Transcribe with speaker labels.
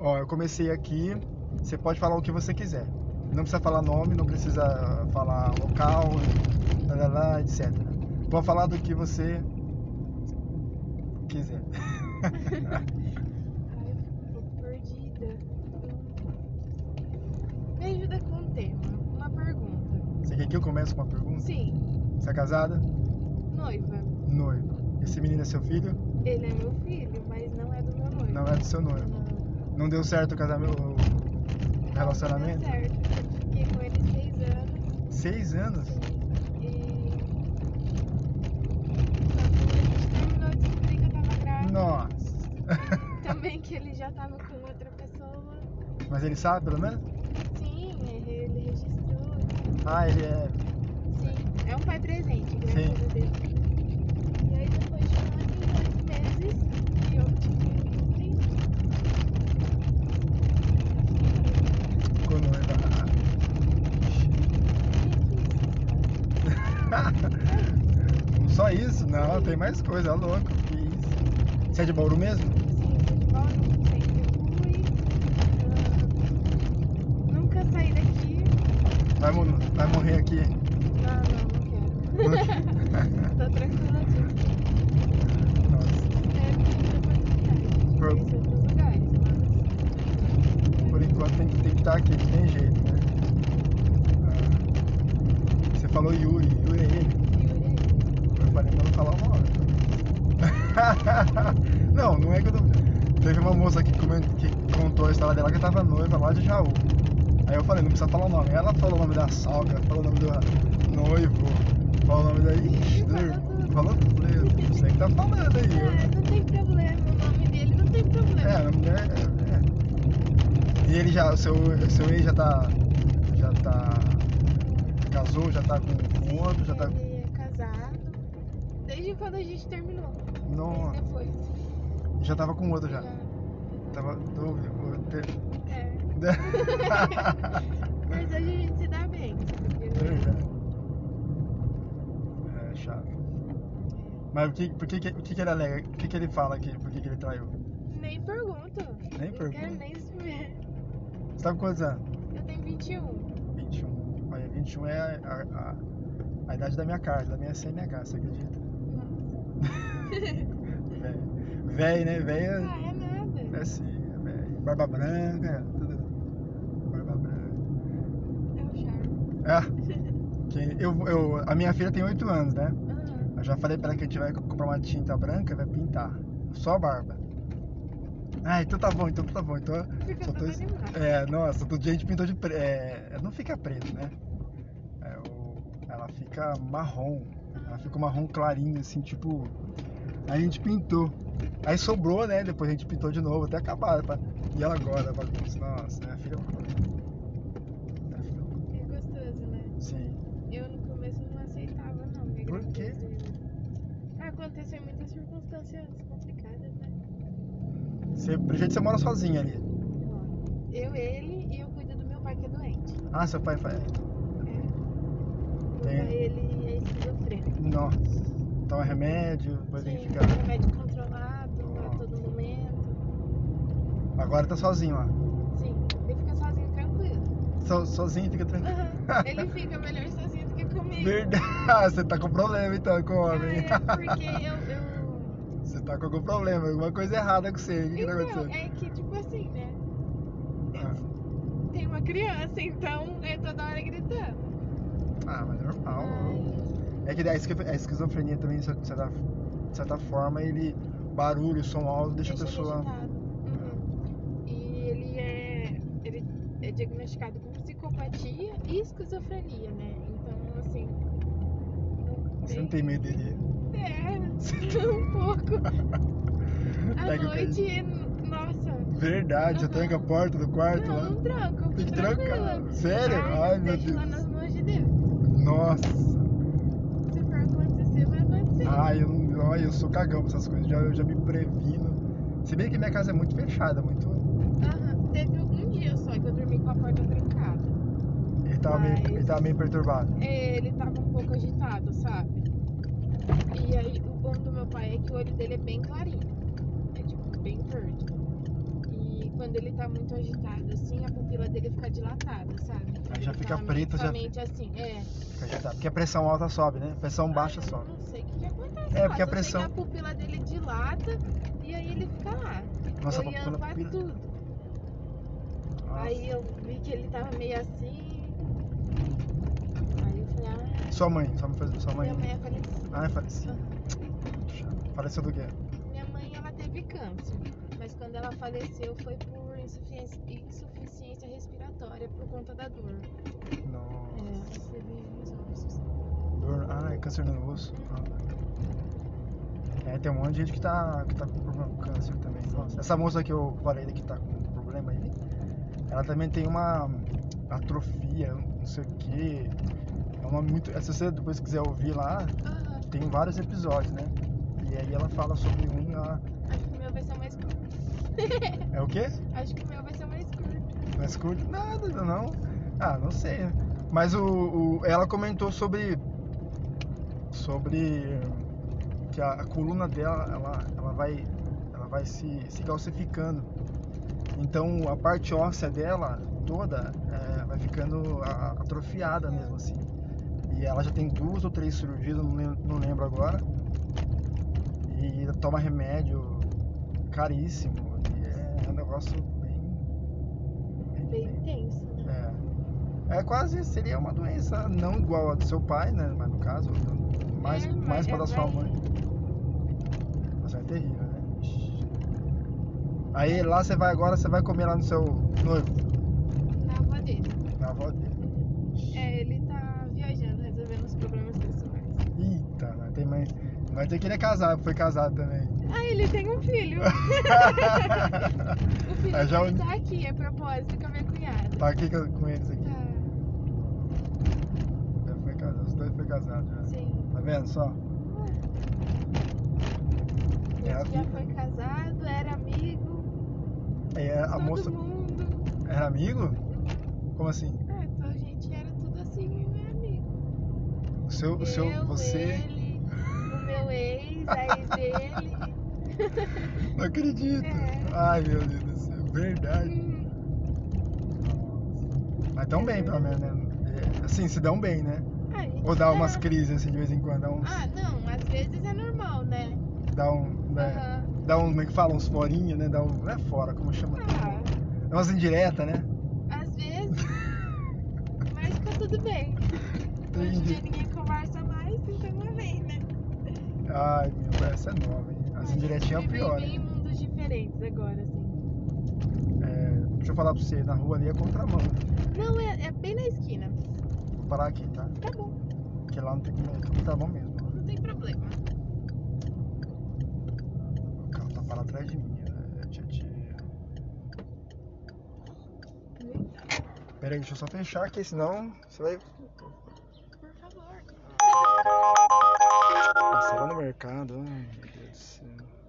Speaker 1: Ó, eu comecei aqui. Você pode falar o que você quiser. Não precisa falar nome, não precisa falar local, tarará, etc. Vou falar do que você quiser.
Speaker 2: Ai, eu tô perdida. Me ajuda com o tema. Uma pergunta.
Speaker 1: Você quer que eu comece com uma pergunta?
Speaker 2: Sim,
Speaker 1: Você é casada?
Speaker 2: noiva.
Speaker 1: Noivo. Esse menino é seu filho?
Speaker 2: Ele é meu filho, mas não é do meu noivo.
Speaker 1: Não é do seu noivo. Não deu certo o casamento? o Relacionamento?
Speaker 2: Não deu Tá certo. Eu Fiquei com ele seis anos.
Speaker 1: Seis anos?
Speaker 2: E. Só que quando a gente terminou, eu descobri que eu tava grávida.
Speaker 1: Nossa.
Speaker 2: Também que ele já tava com outra pessoa.
Speaker 1: Mas ele sabe, pelo menos?
Speaker 2: Sim, ele registrou.
Speaker 1: Ah, ele é.
Speaker 2: Sim, é um pai presente, graças
Speaker 1: Sim.
Speaker 2: a Deus. E aí depois de um ano e oito meses que eu tive um Yuri.
Speaker 1: Ficou noiva.
Speaker 2: assim,
Speaker 1: Só isso? Não, tem mais coisa, ó, louco. Que isso? Você é de Bauru mesmo?
Speaker 2: Sim, futebol assim, não sempre fui. Ah, Nunca saí daqui.
Speaker 1: Vai, mo- vai morrer aqui.
Speaker 2: Não, não, não quero. Tô tranquila É, aqui.
Speaker 1: Nossa.
Speaker 2: Espero que tenha oportunidade de
Speaker 1: Pro-
Speaker 2: conhecer outros lugares, mas
Speaker 1: Por enquanto tem que, tem que estar aqui, não tem jeito, né? Ah, Você falou Yuri, Yuri é ele.
Speaker 2: Yuri é ele.
Speaker 1: Eu falei pra não falar uma hora. não, não é que eu tô... Teve uma moça que, comen- que contou a história dela que tava noiva lá de Jaú. Aí eu falei, não precisa falar o nome. Ela falou o nome da sogra, falou o nome do noivo, falou o nome da. Ixi,
Speaker 2: Falou
Speaker 1: do-
Speaker 2: tudo.
Speaker 1: falou tudo. Falei, eu não sei o que tá falando aí. eu-
Speaker 2: É, não tem problema. O nome dele não tem
Speaker 1: É,
Speaker 2: problema.
Speaker 1: a mulher. É. E ele já, o seu, o seu ex já tá. Já tá. Casou, já tá com, com outro, já tá.
Speaker 2: Ele é casado. Desde quando a gente terminou.
Speaker 1: Não,
Speaker 2: Mas depois.
Speaker 1: já tava com outro já.
Speaker 2: já-
Speaker 1: Tava. tô- eu te-
Speaker 2: É. Mas hoje a gente se dá bem. entendeu?
Speaker 1: É, chato. Mas o que, por que, que- o que, que ele alega? O que, que ele fala aqui? Por que, que ele traiu?
Speaker 2: Nem pergunto.
Speaker 1: é. Nem
Speaker 2: Não quero
Speaker 1: pergunto.
Speaker 2: nem saber.
Speaker 1: Você tá com quantos anos?
Speaker 2: Eu tenho 21.
Speaker 1: 21. Olha, 21 é a, a, a- a idade da minha casa, da minha CNH, você acredita? É. Véi. Véi, né? Véi é-
Speaker 2: Ah, é nada.
Speaker 1: É sim, velho. Barba branca, tudo. Barba branca.
Speaker 2: É um charme.
Speaker 1: Ah, que eu, eu, a minha filha tem 8 anos, né?
Speaker 2: Ah,
Speaker 1: Eu já falei pra ela que a gente vai comprar uma tinta branca e vai pintar. Só a barba. Ah, então tá bom, então tá bom. Então,
Speaker 2: Fica
Speaker 1: só tô,
Speaker 2: toda animada.
Speaker 1: é, nossa, todo dia a gente pintou de preto. É, não fica preto, né? É, o- ela fica marrom. Ela fica um marrom clarinho, assim, tipo. Aí a gente pintou. Aí sobrou, né? Depois a gente pintou de novo, até acabar. tá? E ela agora, bagunça. Nossa, minha filha é uma coisa. Minha filha é uma coisa.
Speaker 2: é gostoso, né?
Speaker 1: Sim.
Speaker 2: Eu no começo não aceitava, não. Me
Speaker 1: Por quê?
Speaker 2: gravidez dele. Ah, Aconteceu muitas circunstâncias complicadas, né?
Speaker 1: Você, pelo jeito você mora sozinha ali.
Speaker 2: Eu, ele e eu cuido do meu pai que é doente.
Speaker 1: Ah, seu pai faz.
Speaker 2: Meu
Speaker 1: Tem-
Speaker 2: pai, ele é esquizofrênico.
Speaker 1: Nossa. Toma remédio, depois tem que
Speaker 2: Sim, um
Speaker 1: ficar. Ah.
Speaker 2: Remédio controlado a todo momento.
Speaker 1: Agora tá sozinho lá.
Speaker 2: Sim, ele fica sozinho tranquilo.
Speaker 1: So, sozinho fica tranquilo.
Speaker 2: Aham, ele fica melhor sozinho do que comigo.
Speaker 1: Verdade. Ah, Você tá com problema então com o
Speaker 2: Ah,
Speaker 1: homem.
Speaker 2: é porque eu. eu...
Speaker 1: Você tá com algum problema, alguma coisa errada com você. O que, que tá
Speaker 2: Então,
Speaker 1: acontecendo?
Speaker 2: é que tipo assim, né?
Speaker 1: Ah,
Speaker 2: Tem uma criança, então é toda hora gritando.
Speaker 1: Ah, mas é normal.
Speaker 2: Mas,
Speaker 1: É que daí a esqui- a esquizofrenia também, de certa, de certa forma, ele. Barulho, som alto, deixa, a
Speaker 2: ele
Speaker 1: pessoa.
Speaker 2: agitado. Uhum. E ele é. Ele é diagnosticado com psicopatia e esquizofrenia, né? Então, assim. não
Speaker 1: Você não tem medo dele.
Speaker 2: É, um pouco. À
Speaker 1: Pega o
Speaker 2: noite, nossa.
Speaker 1: Verdade, você
Speaker 2: Aham.
Speaker 1: tranca a porta do quarto
Speaker 2: Não,
Speaker 1: lá.
Speaker 2: não tranco. eu
Speaker 1: Tem que
Speaker 2: fico tranquila.
Speaker 1: trancar. Sério?
Speaker 2: Ai,
Speaker 1: Ai, meu
Speaker 2: deixo lá
Speaker 1: Deus.
Speaker 2: nas mãos de Deus.
Speaker 1: Nossa.
Speaker 2: Se for acontecer, vai acontecer.
Speaker 1: Ai, eu, não- olha, eu sou cagão pra essas coisas, já, eu já me previno. Se bem que minha casa é muito fechada, muito.
Speaker 2: Aham, Teve um dia só que eu dormi com a porta trancada.
Speaker 1: Ele tava, meio,
Speaker 2: Mas-
Speaker 1: ele tava meio perturbado.
Speaker 2: Ele tava um pouco agitado, sabe? E aí, o bom do meu pai é que o olho dele é bem clarinho. É tipo, bem verde. E quando quando ele tá muito agitado, assim, a pupila dele fica dilatada, sabe?
Speaker 1: Aí já
Speaker 2: Ele
Speaker 1: fica
Speaker 2: tá
Speaker 1: preto, já
Speaker 2: mente assim, é.
Speaker 1: Fica agitado. Porque a pressão alta sobe, né? A pressão baixa
Speaker 2: Ah, eu
Speaker 1: sobe.
Speaker 2: Não sei o que, que acontece.
Speaker 1: É,
Speaker 2: lá,
Speaker 1: porque a
Speaker 2: só sei que
Speaker 1: pressão-
Speaker 2: a pupila dele dilata e aí ele fica lá,
Speaker 1: Nossa, a
Speaker 2: olhando
Speaker 1: pupila.
Speaker 2: pra
Speaker 1: pupila-
Speaker 2: tudo.
Speaker 1: Nossa.
Speaker 2: Aí eu vi que ele tava meio assim. Aí eu falei, ah,
Speaker 1: Sua mãe, sua mãe, faz- sua mãe.
Speaker 2: minha mãe é falecida.
Speaker 1: Ah, é falecida. Puxa, Faleceu do quê?
Speaker 2: Minha mãe ela teve câncer, mas quando ela faleceu foi por insuficiência, insuficiência respiratória por conta da dor. É,
Speaker 1: Nossa.
Speaker 2: ela teve uns ossos.
Speaker 1: Dor- Ah, é câncer nervoso. Ah. É, tem um monte de gente que tá, que tá com problema com câncer também. Nossa, essa moça que eu falei que tá com problema aí, ela também tem uma atrofia, não sei o quê. É um nome muito. Se você depois quiser ouvir lá,
Speaker 2: Aham,
Speaker 1: tem vários episódios, né? E aí ela fala sobre um. ela-
Speaker 2: acho que o meu vai ser o mais curto.
Speaker 1: É o quê?
Speaker 2: Acho que o meu vai ser o mais curto.
Speaker 1: Mas curto? Nada, não. Ah, não sei. né? Mas o, o- ela comentou sobre. Sobre. Que a, a coluna dela, ela, ela vai, ela vai se, se calcificando. Então a parte óssea dela toda é, vai ficando a- atrofiada mesmo assim. E ela já tem duas ou três cirurgias, eu não lem- não lembro agora. E toma remédio caríssimo. E é um negócio bem
Speaker 2: Bem tenso, né?
Speaker 1: é. É quase, seria uma doença não igual a do seu pai, né? Mas no caso, mais,
Speaker 2: É, mas
Speaker 1: mais
Speaker 2: é
Speaker 1: para da sua
Speaker 2: vai-
Speaker 1: mãe. Nossa, é terrível, né? Aí lá você vai agora, você vai comer lá no seu noivo,
Speaker 2: Na avó dele.
Speaker 1: na avó dele.
Speaker 2: É, ele tá viajando, resolvendo os problemas pessoais.
Speaker 1: Eita, né? tem mais. Vai ter que ele é casado, foi casado também.
Speaker 2: Ah, ele tem um filho. o filho
Speaker 1: É, já
Speaker 2: dele
Speaker 1: o-
Speaker 2: tá aqui, a propósito, com a minha cunhada.
Speaker 1: tá aqui com com eles aqui.
Speaker 2: Tá,
Speaker 1: Já foi casado, os dois foi casado já.
Speaker 2: sim.
Speaker 1: Tá vendo só? É a
Speaker 2: Ele já
Speaker 1: vida.
Speaker 2: foi casado, era amigo,
Speaker 1: Aí É, a
Speaker 2: todo
Speaker 1: moça
Speaker 2: mundo.
Speaker 1: era amigo? Como assim?
Speaker 2: Ah, então a gente era tudo assim, meu amigo.
Speaker 1: O seu, o seu,
Speaker 2: Eu,
Speaker 1: você.
Speaker 2: ele, o meu ex, a ex dele.
Speaker 1: Não acredito.
Speaker 2: É.
Speaker 1: Ai, meu Deus do céu. Verdade.
Speaker 2: Hum,
Speaker 1: Mas tão bem, pelo menos, né? É, Assim, se dão bem, né?
Speaker 2: a gente
Speaker 1: Ou dá
Speaker 2: tá-
Speaker 1: umas crises, assim, de vez em quando. Dá uns...
Speaker 2: Ah, não, às vezes é normal, né?
Speaker 1: Dá um... Né?
Speaker 2: Aham.
Speaker 1: Dá um, como é que fala? Uns forinha, né? Dá um... Não é fora, como chama?
Speaker 2: Ah,
Speaker 1: É umas indireta, né?
Speaker 2: às vezes. Mas fica tudo bem. Hoje em dia
Speaker 1: Entendi.
Speaker 2: ninguém conversa mais, então não vem, né?
Speaker 1: Ai, meu, essa é nova, hein? As indiretinhas é o pior,
Speaker 2: Vivem
Speaker 1: hein?
Speaker 2: em mundos diferentes agora, assim.
Speaker 1: É, deixa eu falar pra você, na rua ali é contramão.
Speaker 2: Não, é, é bem na esquina.
Speaker 1: Vou parar aqui, tá?
Speaker 2: Tá bom,
Speaker 1: Porque lá não tem como... Contramão mesmo.
Speaker 2: não tem problema.
Speaker 1: O carro tá parado atrás de mim, né? Tia, tia. Peraí, deixa eu só fechar aqui, senão você vai
Speaker 2: Por favor.
Speaker 1: passar lá no mercado. Ai, meu Deus do céu.